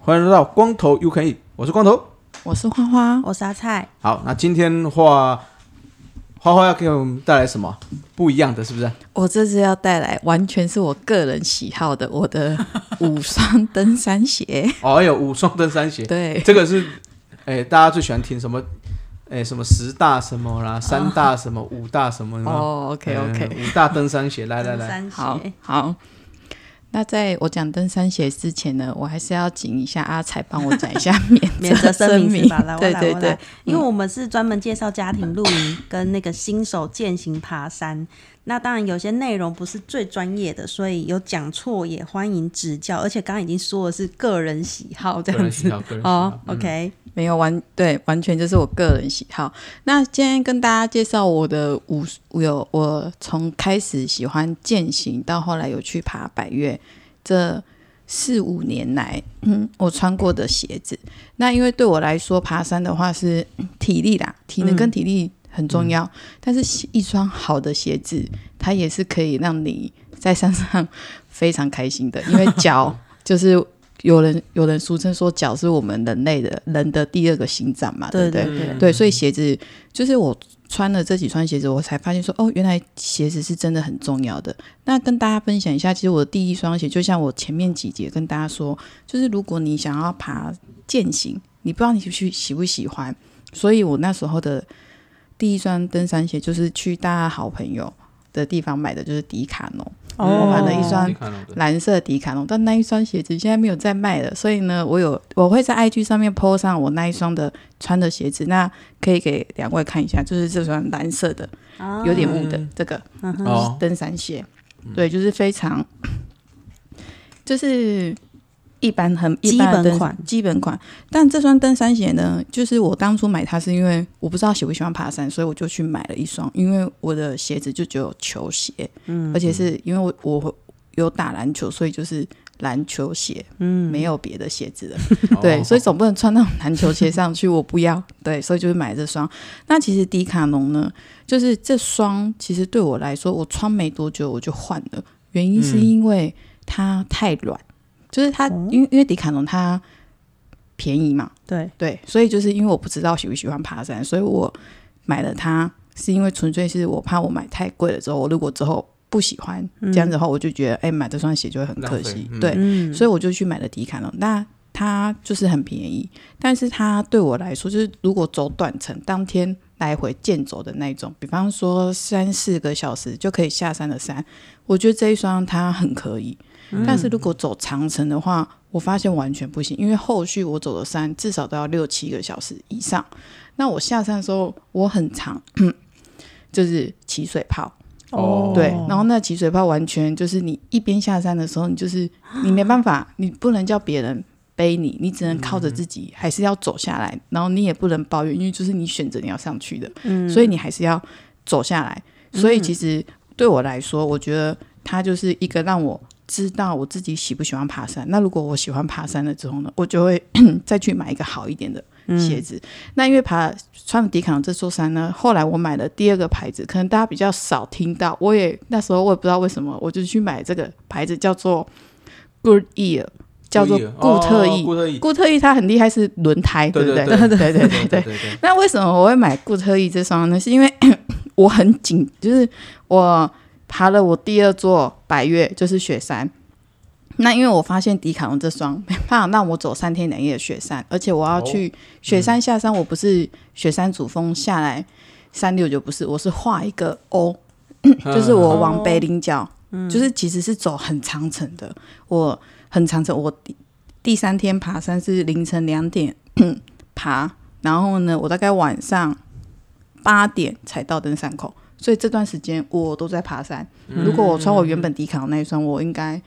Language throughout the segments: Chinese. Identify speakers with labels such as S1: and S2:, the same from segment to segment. S1: 欢迎来到光头 U K E，我是光头。
S2: 我是花花，
S3: 我是阿菜，
S1: 好，那今天的话，花花要给我们带来什么不一样的？是不是？
S2: 我这次要带来完全是我个人喜好的我的 五双登山鞋。
S1: 哦，哎呦，五双登山鞋，
S2: 对，
S1: 这个是，哎，大家最喜欢听什么？哎，什么十大什么啦，三大什么，五大什
S3: 啊
S1: 么？有没有
S2: 哦，OK
S1: 嗯
S2: OK，
S1: 五大登山鞋，来来来，
S3: 三
S2: 好
S3: 鞋，
S2: 好。那在我讲登山鞋之前呢，我还是要请一下阿才帮我讲一 下免
S3: 免责声
S2: 明
S3: 明是吧？来，我
S2: 对
S3: 来，
S2: 对
S3: 我
S2: 对嗯
S3: 来，，因为我们是专门介绍家庭露营跟那个新手践行爬山，那当然有些内容不是最专业的，所以有讲错也欢迎指教。而且刚刚已经说的是个人喜好这
S1: 个人
S3: 样
S1: 喜
S3: 子
S1: 好，嗯个人喜
S3: 哦
S1: 好。
S3: ，OK，
S2: 没有完，对，完全就是我个人喜好。那今天跟大家介绍我的五，我有我从开始喜欢健行到后来有去爬百越，这四五年来，嗯，我穿过的鞋子。那因为对我来说，爬山的话是嗯体力啦，体能跟体力很重要，但是一双好的鞋子，它也是可以让你在山上非常开心的，因为脚就是有人有人俗称说脚是我们人类的人的第二个心脏嘛，对
S3: 对
S2: 不对？
S3: 对
S1: 嗯
S2: 对，所以鞋子就是我穿了这几双鞋子，我才发现说，哦，原来鞋子是真的很重要的。那跟大家分享一下，其实我的第一双鞋，就像我前面几节跟大家说，就是如果你想要爬健行，你不知道你去喜不喜欢，所以我那时候的第一双登山鞋就是去大家好朋友的地方买的，就是迪卡侬。
S1: 嗯
S2: 哦我买了一双
S1: 你看了对
S2: 蓝色迪卡侬，但那一双鞋子现在没有在卖了，所以呢，我有我会在 IG 上面 po 上我那一双的穿的鞋子，那可以给两位看一下，就是这双蓝色的，
S3: 哦
S2: 有点雾的、
S1: 嗯
S2: 这个
S1: 哦，
S2: 登山鞋，对，就是非常， 就是一般很一般的
S3: 基本
S2: 登
S3: 款
S2: 基本款，但这双登山鞋呢，就是我当初买它是因为我不知道喜不喜欢爬山，所以我就去买了一双，因为我的鞋子就只有球鞋，嗯，而且是因为我我有打篮球，所以就是篮球鞋，嗯，没有别的鞋子了。对，
S1: 哦
S2: 所以总不能穿那种篮球鞋上 去，我不要。对，所以就是买这双。那其实迪卡侬呢，就是这双，其实对我来说，我穿没多久我就换了，原因
S1: 嗯
S2: 是因为它太软，就是它，
S1: 哦
S2: 因为因为迪卡侬它便宜嘛，
S3: 对，
S2: 对，所以就是因为我不知道喜不喜欢爬山，所以我买了它，是因为纯粹是我怕我买太贵了之后，我如果之后不喜欢，这样子的话，我就觉得哎、买这双鞋就会很
S1: 嗯浪
S2: 可
S1: 费
S2: 惜。
S1: 嗯
S2: 对，
S3: 嗯，
S2: 所以我就去买了迪卡侬。那它就是很便宜，但是它对我来说，就是如果走短程，当天来回健走的那一种，比方说三四个小时就可以下山的山，我觉得这一双它很可以。但是如果走长程的话，我发现完全不行，因为后续我走的山至少都要六七个小时以上。那我下山的时候，我很长， 就是起水泡，
S1: 哦
S2: 对，然后那起水泡完全就是你一边下山的时候，你就是你没办法，你不能叫别人背你，你只能靠着自己，还是要走下来。然后你也不能抱怨，因为就是你选择你要上去的，所以你还是要走下来。所以其实对我来说，我觉得它就是一个让我知道我自己喜不喜欢爬山。那如果我喜欢爬山了之后呢，我就会 再去买一个好一点的鞋子。那因为爬穿了迪卡侬这座山呢，后来我买了第二个牌子，可能大家比较少听到。我也那时候我也不知道为什么，我就去买这个牌子，叫做 Good Ear，叫做固特
S1: 哦
S2: 异。
S1: 固特异，
S2: 固特异它很厉害，是轮胎，
S1: 对
S2: 不
S1: 对
S2: 对
S1: 对
S2: 对对对对
S1: 对。对，
S2: 那为什么我会买固特异这双呢？是因为 我很紧，就是我爬了我第二座百越，就是雪山。那因为我发现迪卡侬这双 没办法让我走三天两夜的雪山，而且我要去雪山下山，我不是雪山主峰下来三六九不是，我是画一个 O，就是
S1: 嗯
S2: 我往北领角，就是其实是走很长程的。我很长程，我第第三天爬山是凌晨两点 爬，然后呢，我大概晚上八点才到登山口，所以这段时间我都在爬山。如果我穿我原本迪卡侬那一双，我应该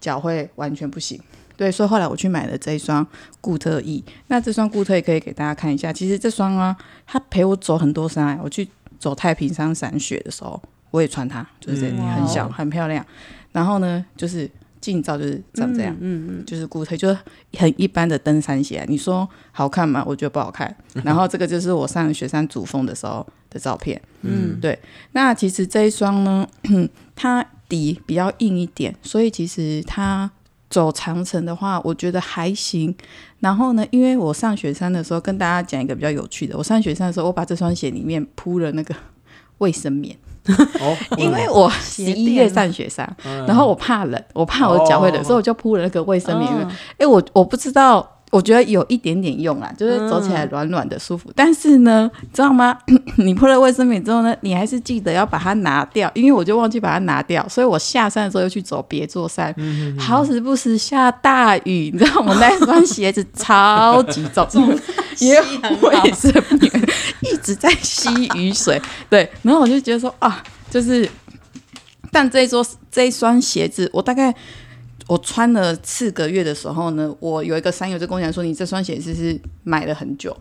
S2: 脚会完全不行。对，所以后来我去买了这一双固特异。那这双固特异可以给大家看一下，其实这双啊，它陪我走很多山、啊。我去走太平山散雪的时候，我也穿它，就是这样，
S1: 嗯
S2: 很小很漂亮。然后呢，就是近照就是长这样，
S3: 嗯嗯
S2: 就是固腿，就是很一般的登山鞋啊、你说好看吗？我觉得不好看。然后这个就是我上雪山主峰的时候的照片。
S3: 嗯
S2: 那其实这一双呢， 它底比较硬一点，所以其实它走长程的话，我觉得还行。然后呢，因为我上雪山的时候，跟大家讲一个比较有趣的，我上雪山的时候，我把这双鞋里面铺了那个 卫生棉，
S1: 哦，
S2: 因为我十
S3: 鞋
S2: 一
S3: 垫
S2: 月
S3: 吗
S2: 上雪山，
S1: 嗯
S2: 然后我怕冷，我怕我的脚会冷，
S1: 哦
S2: 所以我就铺了那个卫生棉。
S3: 嗯
S2: 哎、我我不知道，我觉得有一点点用啦，就是走起
S3: 嗯
S2: 来软软的舒服。但是呢，知道吗？ 你铺了卫生棉之后呢，你还是记得要把它拿掉，因为我就忘记把它拿掉，所以我下山的时候又去走别座山，
S1: 嗯
S2: 好死不死下大雨，你知道我那双鞋子超级 重，因为卫生棉一直在吸雨水， 对，然后我就觉得说啊，就是。但这一双这一双鞋子，我大概我穿了四个月的时候呢，我有一个山友就跟我讲说，你这双鞋子是买了很久，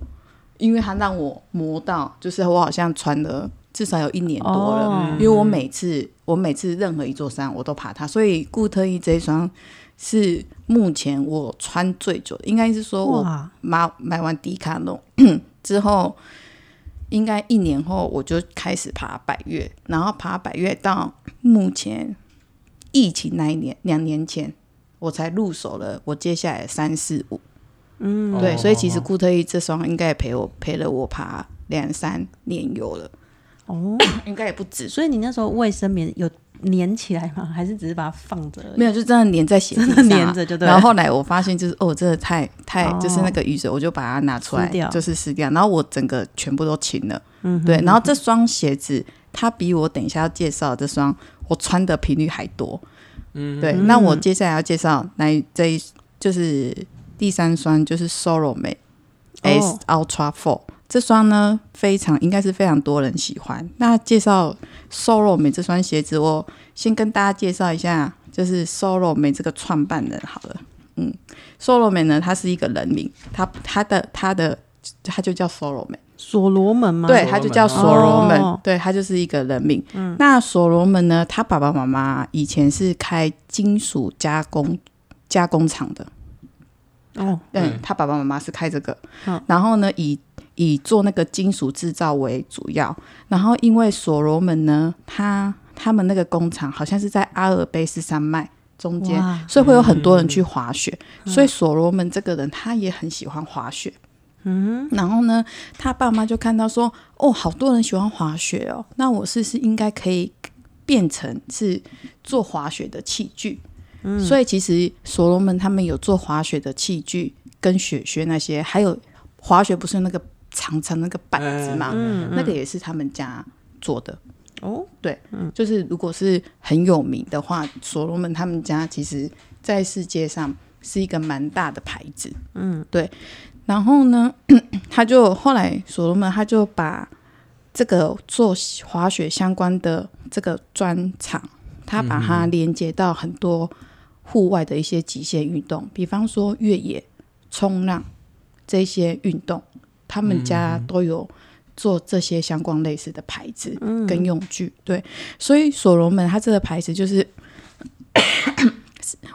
S2: 因为它让我磨到，就是我好像穿了至少有一年多了，
S3: 哦
S2: 因为我每次我每次任何一座山我都爬它，所以固特异这一双是目前我穿最久的，应该是说我
S3: 哇，
S2: 买买完迪卡侬 之后，应该一年后我就开始爬百越，然后爬百越到目前疫情那一年，两年前我才入手了我接下来三四五。
S1: 嗯
S2: 对，所以其实
S1: 哦
S2: 固特异这双应该也陪我陪了我爬两三年有了，
S3: 哦，
S2: 应该也不止。
S3: 所以你那时候卫生棉有粘起来吗？还是只是把它放着而已？
S2: 没有，就真的粘在鞋底
S3: 真
S2: 上，啊
S3: 的粘着就对了
S2: 然后后来我发现，就是哦，真的太太、
S3: 哦
S2: 就是那个雨水，我就把它拿出来
S3: 撕掉，
S2: 就是撕掉。然后我整个全部都清了，嗯，对。然后这双鞋子，它比我等一下要介绍的这双我穿的频率还多，嗯，对。那我接下来要介绍那一这一就是第三双，就是 Sorrow 美 S Ultra Four。这双呢，非常应该是非常多人喜欢。那介绍 Sorrow 美这双鞋子，我先跟大家介绍一下，就是 Sorrow 美这个创办人好了。嗯，Sorrow 美呢，他是一个人名，他他的他的他就叫 Sorrow 美，
S3: 所罗门吗？
S2: 对，他就叫所罗门，
S3: 哦嗯
S2: 对他就是一个人名。那所罗门呢，他爸爸妈妈以前是开金属加工加工厂的，嗯
S3: 哦，
S1: 嗯，
S2: 他爸爸妈妈是开这个，
S3: 嗯
S2: 然后呢，以以做那个金属制造为主要，然后因为所罗门呢，他他们那个工厂好像是在阿尔卑斯山脉中间，
S3: 哇，
S2: 所以会有很多人去滑雪，所以所罗门这个人他也很喜欢滑雪。嗯，然后呢，他爸妈就看到说，哦，好多人喜欢滑雪哦，那我是不是应该可以变成是做滑雪的器具？所以其实所罗门他们有做滑雪的器具，跟雪靴那些，还有滑雪不是有那个长长那个板子嘛，
S3: 嗯
S2: 那个也是他们家做的。
S3: 哦，
S2: 对，就是如果是很有名的话，所罗门他们家其实在世界上是一个蛮大的牌子。嗯，对。然后呢， 他就后来所罗门他就把这个做滑雪相关的这个专场，他把它连接到很多户外的一些极限运动，比方说越野、冲浪这些运动，他们家都有做这些相关类似的牌子跟用具。对，所以所罗门它这个牌子就是。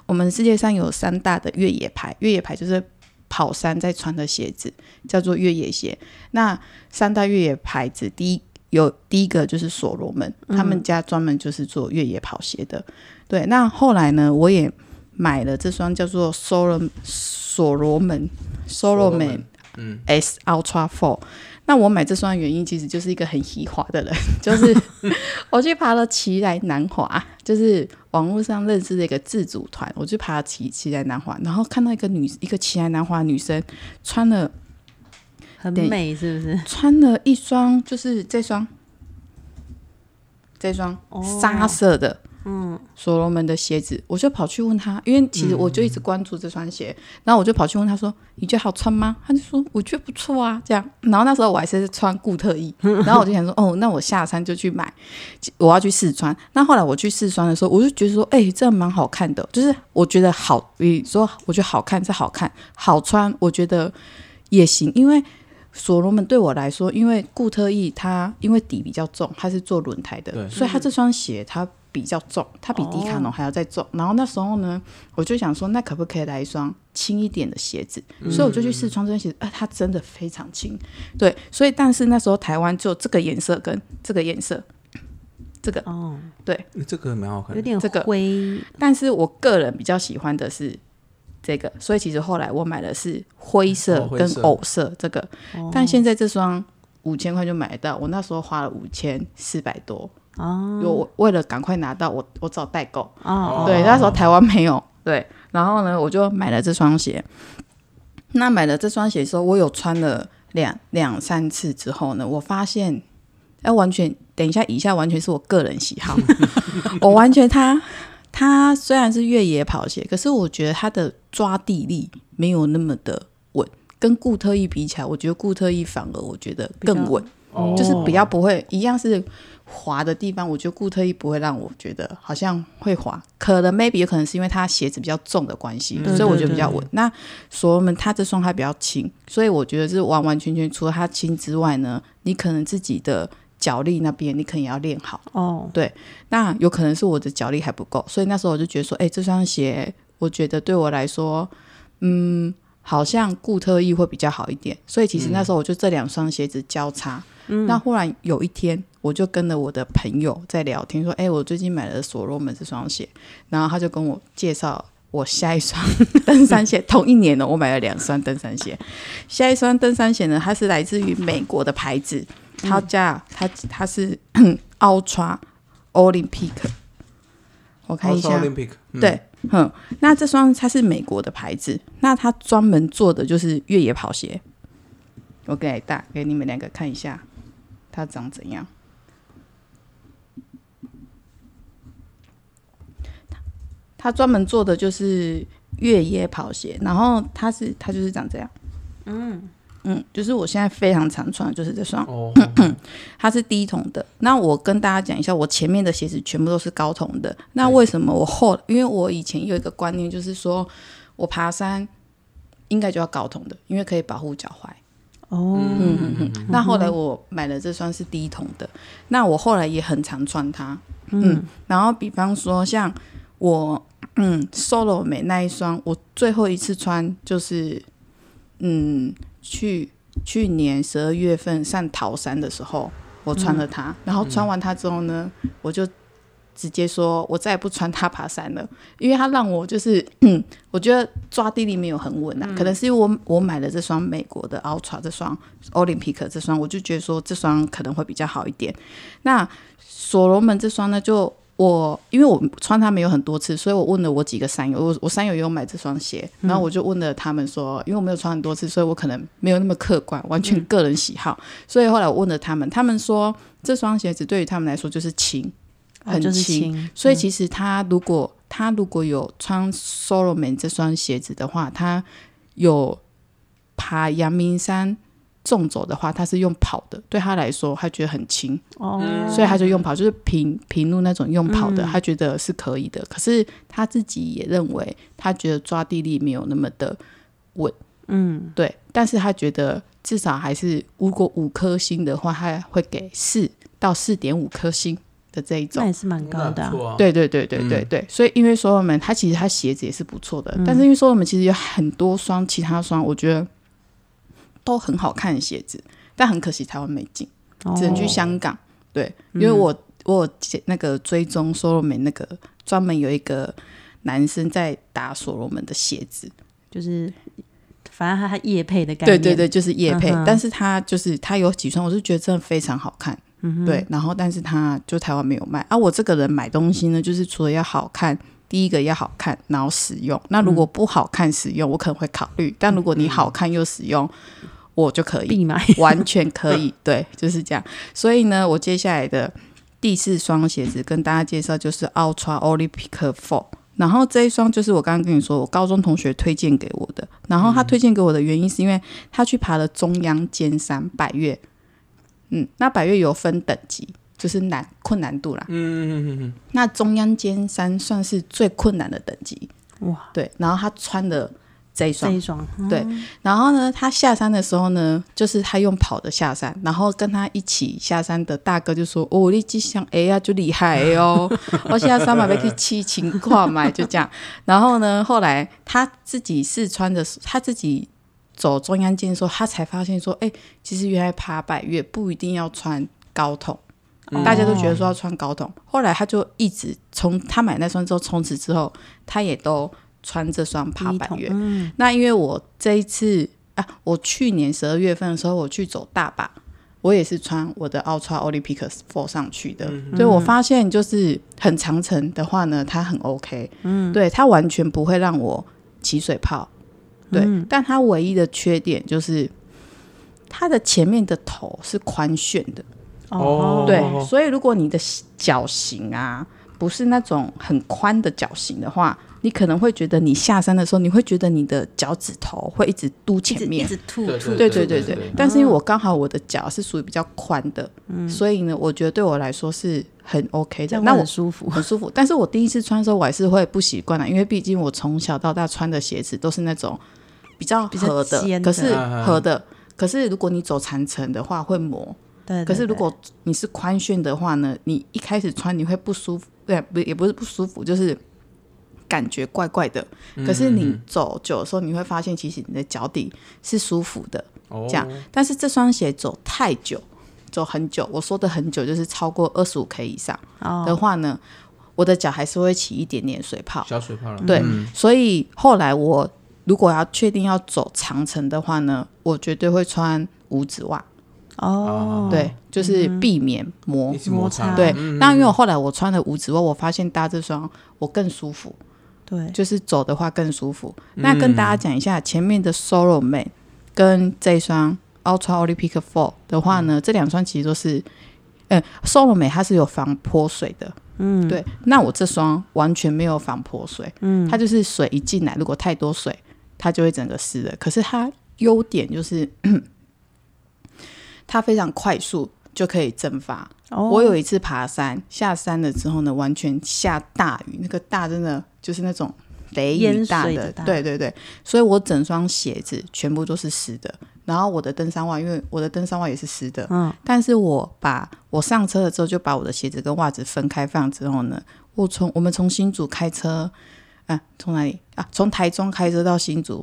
S2: 我们世界上有三大的越野牌，越野牌就是跑山在穿的鞋子，叫做越野鞋。那三大越野牌子，第一有第一个就是所罗门，他们家专门就是做越野跑鞋的。对，那后来呢，我也买了这双叫做 Solo 所罗门 Solomon
S1: 嗯
S2: S Ultra Four。那我买这双的原因其实就是一个很喜滑的人， 就是我去爬了奇来南华，就是网络上认识的一个自主团，我去爬奇奇来南华，然后看到一个女一个奇来南华的女生穿了
S3: 很
S2: 对
S3: 美是不是？
S2: 穿了一双就是这双这双
S3: 哦
S2: 沙色的，嗯，所罗门的鞋子，我就跑去问他，因为其实我就一直关注这双鞋，然后我就跑去问他说：“你觉得好穿吗？”他就说：“我觉得不错啊。”这样，然后那时候我还是穿固特异，然后我就想说：“哦，那我下山就去买，我要去试穿。”那后来我去试穿的时候，我就觉得说：“哎、这蛮好看的，就是我觉得好，比如说我觉得好看是好看，好穿，我觉得也行，因为。”所罗门对我来说，因为固特异它因为底比较重，它是做轮胎
S1: 对
S2: 的，所以它这双鞋它比较重，它比迪卡侬还要再重。然后那时候呢，我就想说，那可不可以来一双轻一点的鞋子？所以我就去
S1: 嗯
S2: 试穿这双鞋子，啊，它真的非常轻。对，所以但是那时候台湾就这个颜色跟这个颜色，这个，
S3: 哦，
S1: 这个蛮好看的，
S3: 有点
S2: 这个
S3: 灰，
S2: 但是我个人比较喜欢的是这个，所以其实后来我买的是灰色
S1: 哦灰
S2: 跟
S1: 色
S2: 藕色这个，
S3: 哦
S2: 但现在这双五千块就买得到，我那时候花了五千四百多哦，我为了赶快拿到，我我找代购，
S3: 哦，
S2: 对，那时候台湾没有，对，然后呢，我就买了这双鞋。那买了这双鞋之后，我有穿了两两三次之后呢，我发现，哎，完全，等一下，以下完全是我个人喜 好，我完全它它虽然是越野跑鞋，可是我觉得它的抓地力没有那么的稳，跟固特异比起来，我觉得固特异反而我觉得
S3: 比
S2: 更
S3: 较
S2: 稳。
S1: 哦
S2: 就是比较不会一样是滑的地方，我觉得固特异不会让我觉得好像会滑，可能 maybe 有可能是因为它鞋子比较重的关系，
S3: 嗯
S2: 所以我觉得比较稳。那所罗门它这双它比较轻，所以我觉得是完完全全除了它轻之外呢，你可能自己的脚力那边你可能也要练好。
S3: 哦，
S2: 那有可能是我的脚力还不够，所以那时候我就觉得说，哎、这双鞋我觉得对我来说，嗯，好像固特异会比较好一点。所以其实那时候我就这两双鞋子交叉。那忽然有一天，我就跟着我的朋友在聊天，说，哎、我最近买了所罗门这双鞋，然后他就跟我介绍。我下一双 登山鞋，同一年呢，哦我买了两双登山鞋。下一双登山鞋呢，它是来自于美国的牌子，它叫它它是 Ultra Olympic，我看一
S1: Also
S2: 下，
S1: Olympic，嗯
S2: 对，嗯，那这双它是美国的牌子，那它专门做的就是越野跑鞋。我给大给你们两个看一下，它长怎样。它专门做的就是越野跑鞋，然后它是它就是长这样，嗯嗯，就是我现在非常常穿的就是这双，
S1: 哦，
S2: 它是低筒的。那我跟大家讲一下，我前面的鞋子全部都是高筒的。那为什么我后？因为我以前有一个观念，就是说我爬山应该就要高筒的，因为可以保护脚踝。
S3: 哦，
S2: 嗯嗯嗯。那后来我买了这双是低筒的，那我后来也很常穿它。嗯，然后比方说像我，嗯，Solo 美那一双，我最后一次穿就是，嗯，去去年十二月份上桃山的时候，我穿了它，然后穿完它之后呢，我就。直接说，我再也不穿它爬山了，因为它让我就是，嗯，我觉得抓地力没有很稳啊，可能是因为我我买了这双美国的 Ultra 这双 Olympic 这双，我就觉得说这双可能会比较好一点。那所罗门这双呢，就我因为我穿它没有很多次，所以我问了我几个山友，我我山友也有买这双鞋，然后我就问了他们说，因为我没有穿很多次，所以我可能没有那么客观，完全个人喜好，所以后来我问了他们，他们说这双鞋子对于他们来说就是轻，
S3: 哦
S2: 很
S3: 就是
S2: 轻，
S3: 轻，
S2: 所以其实他如果、他如果有穿 Solomon 这双鞋子的话，他有爬阳明山纵走的话，他是用跑的，对他来说他觉得很轻，
S3: 哦，
S2: 所以他就用跑，就是平平路那种用跑的，他觉得是可以的。可是他自己也认为，他觉得抓地力没有那么的稳，嗯，对。但是他觉得至少还是，如果五颗星的话，他会给四到四点五颗星的这一种
S3: 那。也是蛮高的
S1: 那
S3: 啊
S1: 不，错啊，
S2: 对对对对对对，所以因为所罗门它其实它鞋子也是不错的，但是因为所罗门其实有很多双其他双，我觉得都很好看的鞋子，但很可惜台湾没进，
S3: 哦
S2: 只能去香港。对，因为我我有接那个追踪所罗门那个专门有一个男生在打所罗门的鞋子，
S3: 就是反正它它夜配的概
S2: 对
S3: 念，
S2: 对对，就是夜配，
S3: 嗯哼
S2: 但是他就是他有几双，我是觉得真的非常好看。
S3: 嗯
S2: 对，然后但是他就台湾没有卖啊。我这个人买东西呢，就是除了要好看，第一个要好看，然后实用。那如果
S3: 嗯
S2: 不好看实用，我可能会考虑；但如果你好看又实用，我就可以。
S3: 必买，
S2: 完全可以，对，就是这样。所以呢，我接下来的第四双鞋子跟大家介绍就是 Ultra Olympic Four，然后这一双就是我刚刚跟你说，我高中同学推荐给我的。然后他推荐给我的原因是因为他去爬了中央尖山百越，嗯，那百越有分等级，就是难困难度啦。
S1: 嗯，嗯嗯嗯嗯，
S2: 那中央尖山算是最困难的等级，
S3: 哇，
S2: 对。然后他穿的这一
S3: 这
S2: 双。
S3: 一双，嗯
S2: 对然后呢，他下山的时候呢，就是他用跑的下山，然后跟他一起下山的大哥就说：“哦，你这双哎呀就厉害的哦， 我下山嘛要去试情况嘛，就这样。”然后呢，后来他自己试穿的时，他自己走中央径的时候，他才发现说：“哎，其实原来爬百越不一定要穿高筒。”
S1: 嗯
S2: 大家都觉
S3: 哦
S2: 得说要穿高筒，后来他就一直从他买那双之后，从此之后他也都穿这双爬
S3: 低
S2: 百
S3: 筒
S2: 越。
S3: 嗯，
S2: 那因为我这一次啊，我去年十二月份的时候，我去走大阪，我也是穿我的 Ultra Olympicus Four 上去的，所以我发现就是很长程的话呢，它很 OK，嗯，对，它完全不会让我起水泡，对，但它唯一的缺点就是它的前面的头是宽楦的。
S1: 哦
S2: 对，所以如果你的脚型啊不是那种很宽的脚型的话，你可能会觉得你下山的时候，你会觉得你的脚趾头会一直嘟
S3: 一直
S2: 前
S3: 一
S2: 面。
S3: 直吐
S1: 对
S3: 吐，
S2: 对
S1: 对
S2: 对
S1: 对
S2: 对
S1: 对
S2: 对
S1: 对，
S2: 但是因为我刚好我的脚是属于比较宽的，所以呢，我觉得对我来说是很 OK
S3: 这
S2: 的。
S3: 样
S2: 那
S3: 会
S2: 我
S3: 很舒服。
S2: 很舒服，但是我第一次穿的时候，我还是会不习惯的，因为毕竟我从小到大穿的鞋子都是那种比较
S3: 比较
S2: 合的，
S3: 尖
S2: 可
S3: 的
S2: 是
S1: 嗯嗯
S2: 合的，可是如果你走长程的话会磨，
S3: 对，对
S2: 可是如
S3: 对
S2: 果你是宽楦的话呢，你一开始穿你会不舒服，对，不也不是不舒服，就是感觉怪怪的。
S3: 嗯
S2: 可是你走久的时候，你会发现其实你的脚底是舒服的。这样但是这双鞋走太久，走很久，我说的很久就是超过二十五 K 以上
S3: 哦
S2: 的话呢，我的脚还是会起一点点水泡。
S1: 小水
S3: 嗯
S1: 泡了，
S2: 对，所以后来我如果要确定要走长程的话呢，我绝对会穿五指袜，
S3: 哦，
S2: 对，就是避免磨。
S1: 一直摩
S3: 摩
S1: 擦，
S3: 擦
S2: 对，那因为我后来我穿了五指袜，我发现搭这双我更舒服，
S3: 对，
S2: 就是走的话更舒服。
S1: 嗯
S2: 那跟大家讲一下，前面的 Solo Man 跟这一双 Ultra Olympic Four 的话呢，这两双其实都是，呃，Solo Man 它是有防泼水的，嗯，对。那我这双完全没有防泼水，嗯，它就是水一进来，如果太多水，它就会整个湿了。可是它优点就是， 它非常快速就可以蒸发，
S3: 哦
S2: 我有一次爬山，下山了之后呢，完全下大雨，那个大真的就是那种雷雨
S3: 淹
S2: 大
S3: 水
S2: 的，
S3: 的大
S2: 对对对，所以我整双鞋子全部都是湿的。然后我的登山袜，因为我的登山袜也是湿的，
S3: 嗯，
S2: 但是我把我上车了之后，就把我的鞋子跟袜子分开放之后呢，我从我们从新竹开车，啊，从哪里啊？从台中开车到新竹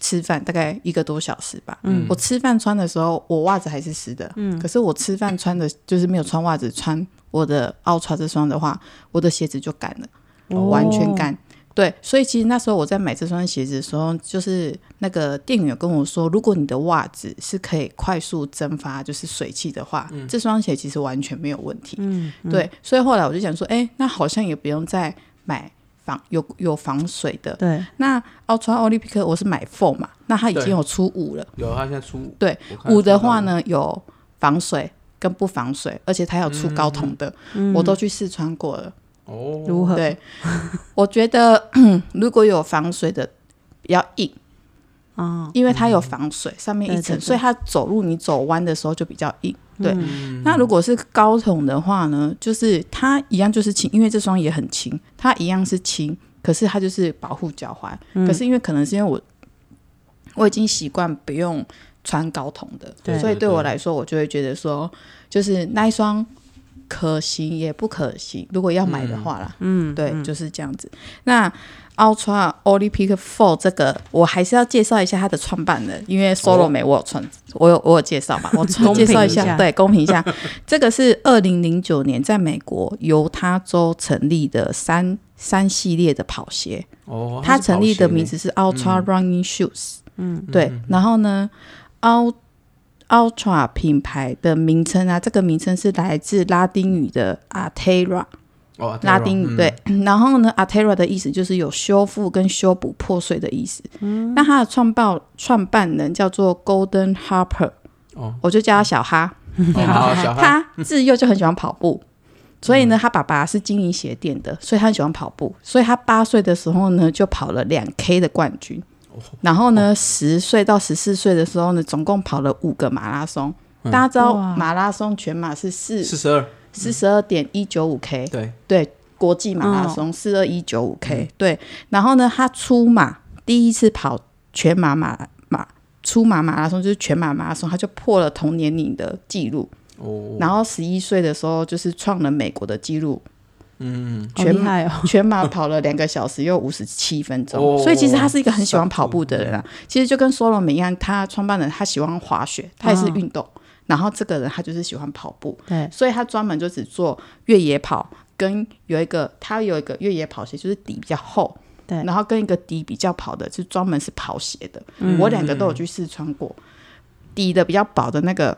S2: 吃饭，大概一个多小时吧。嗯，我吃饭穿的时候，我袜子还是湿的。嗯，可是我吃饭穿的就是没有穿袜子，穿我的奥穿这双的话，我的鞋子就干了，完全干。对，所以其实那时候我在买这双鞋子的时候，就是那个店员有跟我说，如果你的袜子是可以快速蒸发就是水汽的话，这双鞋其实完全没有问题。
S3: 嗯，
S2: 对，所以后来我就想说，哎、那好像也不用再买防有有防水的。
S3: 对，
S2: 那 Ultra Olympic 我是买 Four 嘛，那它已经
S1: 对
S2: 有出五了。
S1: 有它现在出
S2: 对
S1: 我看
S2: 五的话呢，有防水跟不防水，而且它有出高筒的，
S3: 嗯
S2: 我都去试穿过了。
S1: 哦，
S3: 如何？
S2: 对，我觉得 如果有防水的比较硬，
S3: 哦，
S2: 因为它有防水，上面一
S3: 对
S2: 层，
S3: 对
S2: 所以它走路你走弯的时候就比较硬。对，
S1: 嗯
S2: 那如果是高筒的话呢，就是它一样就是轻，因为这双也很轻，它一样是轻，可是它就是保护脚踝。
S1: 嗯
S2: 可是因为可能是因为我我已经习惯不用穿高筒的，
S1: 对
S2: 所以
S1: 对
S2: 对我
S1: 对
S2: 来说，我就会觉得说，就是那一双可行也不可行，如果要买的话啦，嗯，对，就是这样子。那 Ultra Olympic Four 这个，我还是要介绍一下它的创办人，因为 Solo
S1: 哦
S2: 美我有穿，我有我有介绍嘛，我
S3: 公
S2: 介
S3: 平
S2: 绍
S3: 一下
S2: 对，公平一下， 这个是二零零九年在美国犹他州成立的三三系列的跑鞋，
S1: 哦，
S2: 它
S1: 是
S2: 成
S1: 跑
S2: 立的
S1: 鞋
S2: 名字是 Ultra Running Shoes，嗯，对。然后呢，Ul Ultra 品牌的名称啊，这个名称是来自拉丁语的 Artera，
S1: 哦，
S2: 拉丁语、对。 然后呢，Artera 的意思就是有修复跟修补破碎的意思。嗯，那它的创办创办人叫做 Golden Harper，
S1: 哦，
S2: 我就叫他小哈。
S1: 哦好小嗯孩，
S2: 他自幼就很喜欢跑 步，所以呢，他爸爸是经营鞋店的，所以他很喜欢跑步。所以他八岁的时候呢，就跑了两 K 的冠军。
S1: 哦
S2: 然后呢，十岁到十四岁的时候呢，总共跑了五个马拉松。大家知道
S3: 哇
S2: 马拉松全马是四
S1: 嗯四十二，
S2: 四十二点一九五 K，
S1: 对，
S2: 对，国际马拉松四二一九五 K，对。然后呢，他出马第一次跑全马马马出马马拉松，就是全马马拉松，他就破了同年龄的记录。
S1: 哦，
S2: 然后十一岁的时候，就是创了美国的纪录，
S1: 嗯，
S3: 好
S2: 全
S3: 厉害哦！
S2: 全马跑了两个小时又五十七分钟，
S1: 哦
S2: 所以其实他是一个很喜欢跑步的人啊。其实就跟 Solomon 一样，他创办人他喜欢滑雪，他也是运动。然后这个人他就是喜欢跑步，
S3: 对，
S2: 所以他专门就只做越野跑，跟有一个他有一个越野跑鞋，就是底比较厚，
S3: 对
S2: 然后跟一个底比较薄的，是专门是跑鞋的。
S3: 嗯
S2: 我两个都有去试穿过，底的比较薄的那个，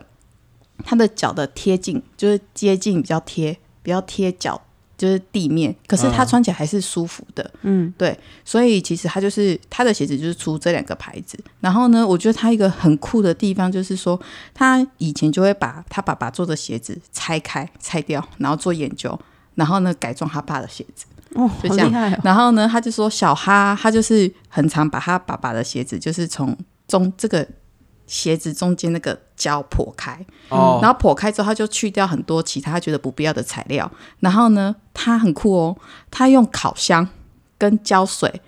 S2: 它的脚的贴近就是接近比较贴，比较贴脚。就是地面，可是它
S1: 嗯
S2: 穿起来还是舒服的，嗯，对，所以其实它就是它的鞋子就是出这两个牌子。然后呢，我觉得它一个很酷的地方就是说，他以前就会把他爸爸做的鞋子拆开、拆掉，然后做研究，然后呢改装他爸的鞋子。
S3: 哦，
S2: 就这
S3: 好
S2: 样
S3: 厉害哦！
S2: 然后呢，他就说小哈他就是很常把他爸爸的鞋子，就是从中这个鞋子中间那个胶破开，
S1: 哦，
S2: 然后破开之后，他就去掉很多其他觉得不必要的材料。然后呢，他很酷哦，他用烤箱跟胶水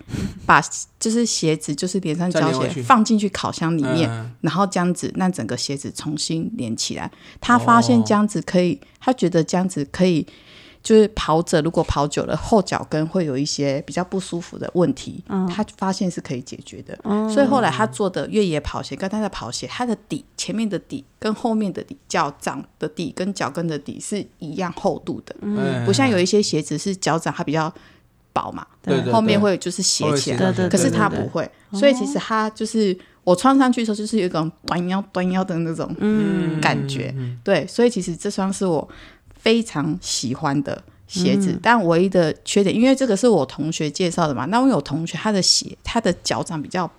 S2: 把就是鞋子就是连上
S1: 再
S2: 胶
S1: 粘回
S2: 水
S1: 去
S2: 放进去烤箱里面，
S1: 嗯
S2: 然后这样子让整个鞋子重新连起来。他发现这样子可以，他觉得这样子可以，就是跑者如果跑久了，后脚跟会有一些比较不舒服的问题，他发现是可以解决的。所以后来他做的越野跑鞋跟他的跑鞋，它的底前面的底跟后面的底脚掌的底跟脚跟的底是一样厚度的，
S1: 嗯
S2: 不像有一些鞋子是脚掌它比较薄嘛，
S1: 对对对
S2: 后面会就是斜起来。
S3: 对对对
S2: 可是它
S3: 他
S2: 不会，所以其实它就是我穿上去的时候，就是有一种端腰端腰的那种
S1: 嗯
S2: 感觉。对，所以其实这双是我非常喜欢的鞋子，
S1: 嗯
S2: 但唯一的缺点，因为这个是我同学介绍的嘛，那我有同学他的鞋，他的脚掌比较。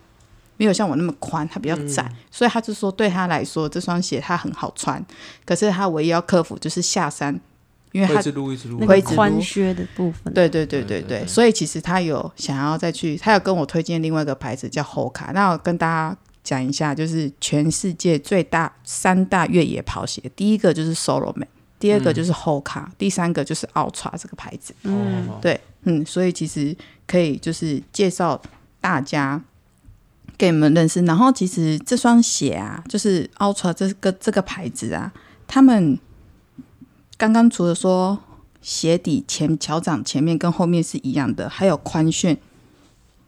S2: 没有像我那么宽，他比
S1: 嗯
S2: 较窄，所以他就说对他来说这双鞋他很好穿，可是他唯一要克服就是下山，因为
S1: 会
S2: 他
S1: 一直撸一直撸，
S3: 那
S2: 会
S3: 个
S2: 一直撸
S3: 宽靴的部分，
S2: 对对嗯对
S1: 对
S2: 对
S1: 对
S2: 对，
S1: 对
S2: 所以其实他有想要再去，他有跟我推荐另外一个牌子叫猴卡，那我跟大家讲一下，就是全世界最大三大越野跑鞋，第一个就是 Solomon，第二个就是猴卡、第三个就是 Ultra 这个牌子。
S1: 嗯，哦
S2: 对，嗯，所以其实可以就是介绍大家给你们认识。然后其实这双鞋啊，就是 Ultra 这个这个牌子啊，他们刚刚除了说鞋底前脚掌前面跟后面是一样的，还有宽楦。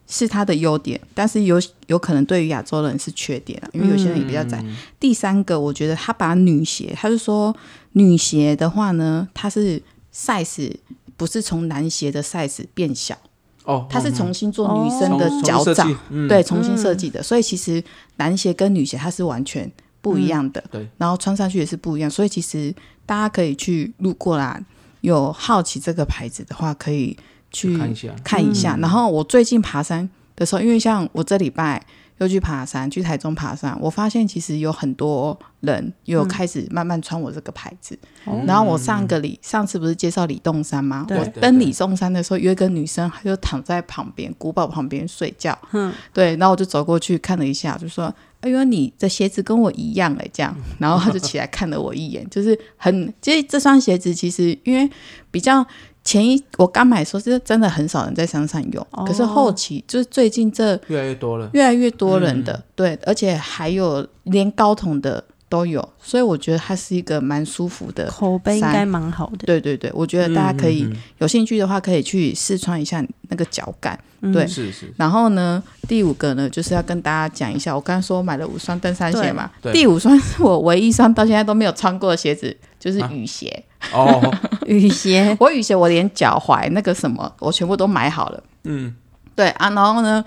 S2: 是它的优点，但是有有可能对于亚洲人是缺点啊，因为有些人也比较窄。第三个，我觉得他把女鞋，他就说女鞋的话呢，它是 size 不是从男鞋的 size 变小，
S1: 哦，
S2: 它是重新做女生
S1: 从
S2: 的
S1: 从
S2: 脚
S1: 设
S2: 掌，
S1: 计嗯
S2: 对，重新设计的。所以其实男鞋跟女鞋它是完全不一样的，
S1: 嗯对，
S2: 然后穿上去也是不一样。所以其实大家可以去路过啦，有好奇这个牌子的话，可以去
S1: 看一下，嗯
S2: 看一下。然后我最近爬山的时候，因为像我这礼拜又去爬山，去台中爬山，我发现其实有很多人有开始慢慢穿我这个牌子。然后我上个礼上次不是介绍李洞山吗？
S3: 嗯对
S2: 我登李洞山的时候，有一个女生，她就躺在旁边古堡旁边睡 觉。嗯，对，然后我就走过去看了一下，就说。哎呦，你的鞋子跟我一样哎，这样， 然后她就起来看了我一眼，就是很，其实这双鞋子其实因为比较前一我刚买的时候是真的很少人在山上用，
S3: 哦
S2: 可是后期就是最近这
S1: 越来越多了，
S2: 越来越多人
S3: 嗯
S2: 的、对，而且还有连高筒的都有，所以我觉得它是一个蛮舒服的。
S3: 口碑应
S2: 三
S3: 该蛮好的。
S2: 对对对，我觉得大家可以、
S1: 嗯嗯
S2: 有兴趣的话，可以去试穿一下那个脚感。
S3: 嗯
S2: 对
S1: 是是，
S2: 然后呢，第五个呢，就是要跟大家讲一下，我刚刚说我买了五双登山鞋嘛，
S1: 对对
S2: 第五双是我唯一一双到现在都没有穿过的鞋子，就是
S1: 啊
S2: 雨鞋。
S1: 哦，
S3: 雨鞋，
S2: 我雨鞋我连脚踝那个什么，我全部都买好了。
S1: 嗯，
S2: 对啊，然后呢，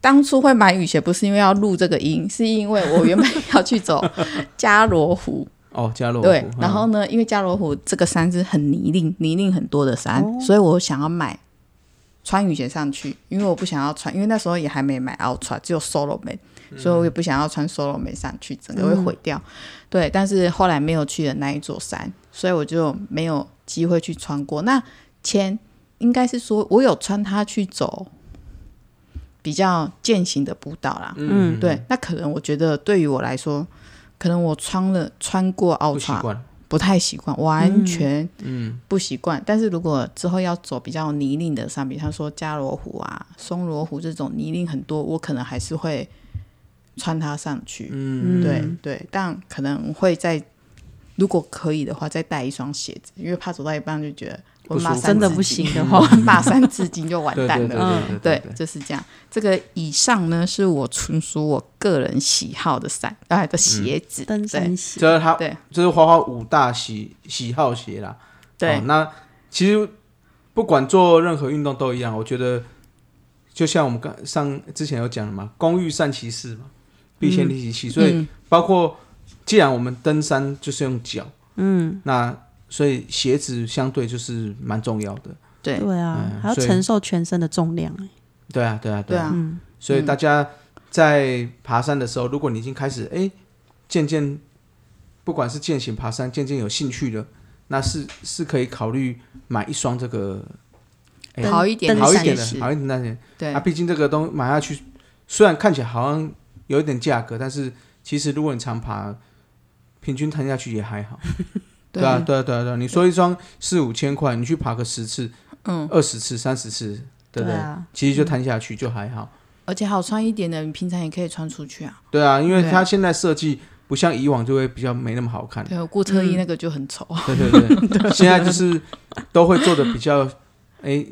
S2: 当初会买雨鞋不是因为要录这个音，是因为我原本 要去走加罗湖。
S1: 哦，加罗
S2: 对
S1: 湖，
S2: 然后
S1: 嗯
S2: 呢，因为加罗湖这个山是很泥泞、泥泞很多的山，
S3: 哦
S2: 所以我想要买穿雨鞋上去，因为我不想要穿，因为那时候也还没买 Ultra，只有 Solo Man，、所以我也不想要穿 Solo Man 上去，整个会毁掉。对，但是后来没有去的那一座山，所以我就没有机会去穿过。那前应该是说我有穿它去走比较践行的步道啦。
S3: 嗯，
S2: 对，那可能我觉得对于我来说，可能我穿了穿过
S1: 不习
S2: Ultra
S1: 惯，
S2: 不太习惯，完全
S1: 嗯，
S2: 不习惯。但是如果之后要走比较泥泞的山，比方说加罗湖啊、松罗湖这种泥泞很多，我可能还是会穿它上去。
S1: 嗯，
S2: 对
S3: 嗯
S2: 对，但可能会在如果可以的话，再带一双鞋子，因为怕走到一半就觉得我
S1: 不舒
S2: 骂
S1: 服
S2: 三嗯
S3: 真的
S2: 字
S3: 不
S2: 经
S3: 行的话，
S2: 骂三字经就完
S1: 对
S2: 蛋
S1: 对对
S2: 了。嗯
S1: 对
S2: 对
S1: 对，
S2: 就是这样。这个以上呢，是我纯属我个人喜好的伞，啊
S1: 嗯
S2: 的鞋子。
S3: 登山鞋
S1: 这是他
S2: 对
S1: 这是花花五大喜喜好鞋啦。
S2: 对
S1: 哦，那其实不管做任何运动都一样，我觉得就像我们刚上之前有讲的嘛，工欲善其事嘛，必先利其器，所以
S2: 嗯
S1: 包括既然我们登山就是用脚，嗯，那所以鞋子相对就是蛮重要的。
S2: 对
S3: 对啊
S1: 嗯，
S3: 还要
S1: 所以
S3: 承受全身的重量欸。
S1: 对啊，对啊，
S2: 对
S1: 啊。
S2: 啊，
S1: 所以大家在爬山的时候，如果你已经开始哎渐渐，不管是践行爬山，渐渐有兴趣了，那是是可以考虑买一双这个哎
S2: 好一点
S3: 登
S2: 的
S1: 好一
S2: 伞
S1: 点
S2: 也
S1: 的
S2: 是，，
S1: 好一点的那些。
S2: 对
S1: 啊，毕竟这个东西买下去，虽然看起来好像有一点价格，但是其实如果你常爬，平均摊下去也还好。对啊，对啊，对啊，对啊！你说一双四五千块，你去爬个十次、
S2: 嗯，
S1: 二十次、三十次，对不对？
S3: 啊，
S1: 其实就摊下去就还好。
S2: 而且好穿一点的，你平常也可以穿出去啊。
S1: 对啊，因为
S2: 对啊
S1: 它现在设计不像以往就会比较没那么好看。
S2: 对，固特异那个就很丑，
S1: 对对对， 现在就是都会做的比较，哎，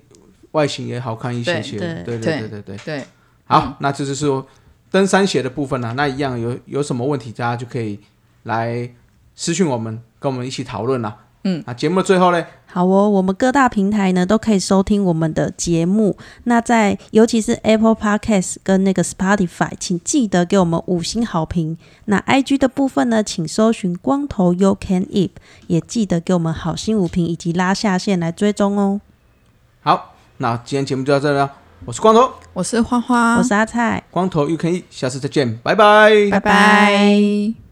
S1: 外形也好看一些些。
S3: 对
S1: 对对
S2: 对
S1: 对对对。
S2: 对，
S1: 好，那这就是说登山鞋的部分啊啦、那一样有有什么问题，大家就可以来私讯我们，跟我们一起讨论啦。嗯，啊，节目的最后嘞，
S3: 好哦，我们各大平台呢都可以收听我们的节目。那在尤其是 Apple Podcast 跟那个 Spotify，请记得给我们五星好评。那 IG 的部分呢，请搜寻“光头 You Can Eat”，也记得给我们好心五评以及拉下线来追踪哦。
S1: 好，那今天节目就到这里了。我是光头，
S2: 我是花花，
S3: 我是阿菜，
S1: 光头 U K E，下次再见，拜拜。
S2: 拜拜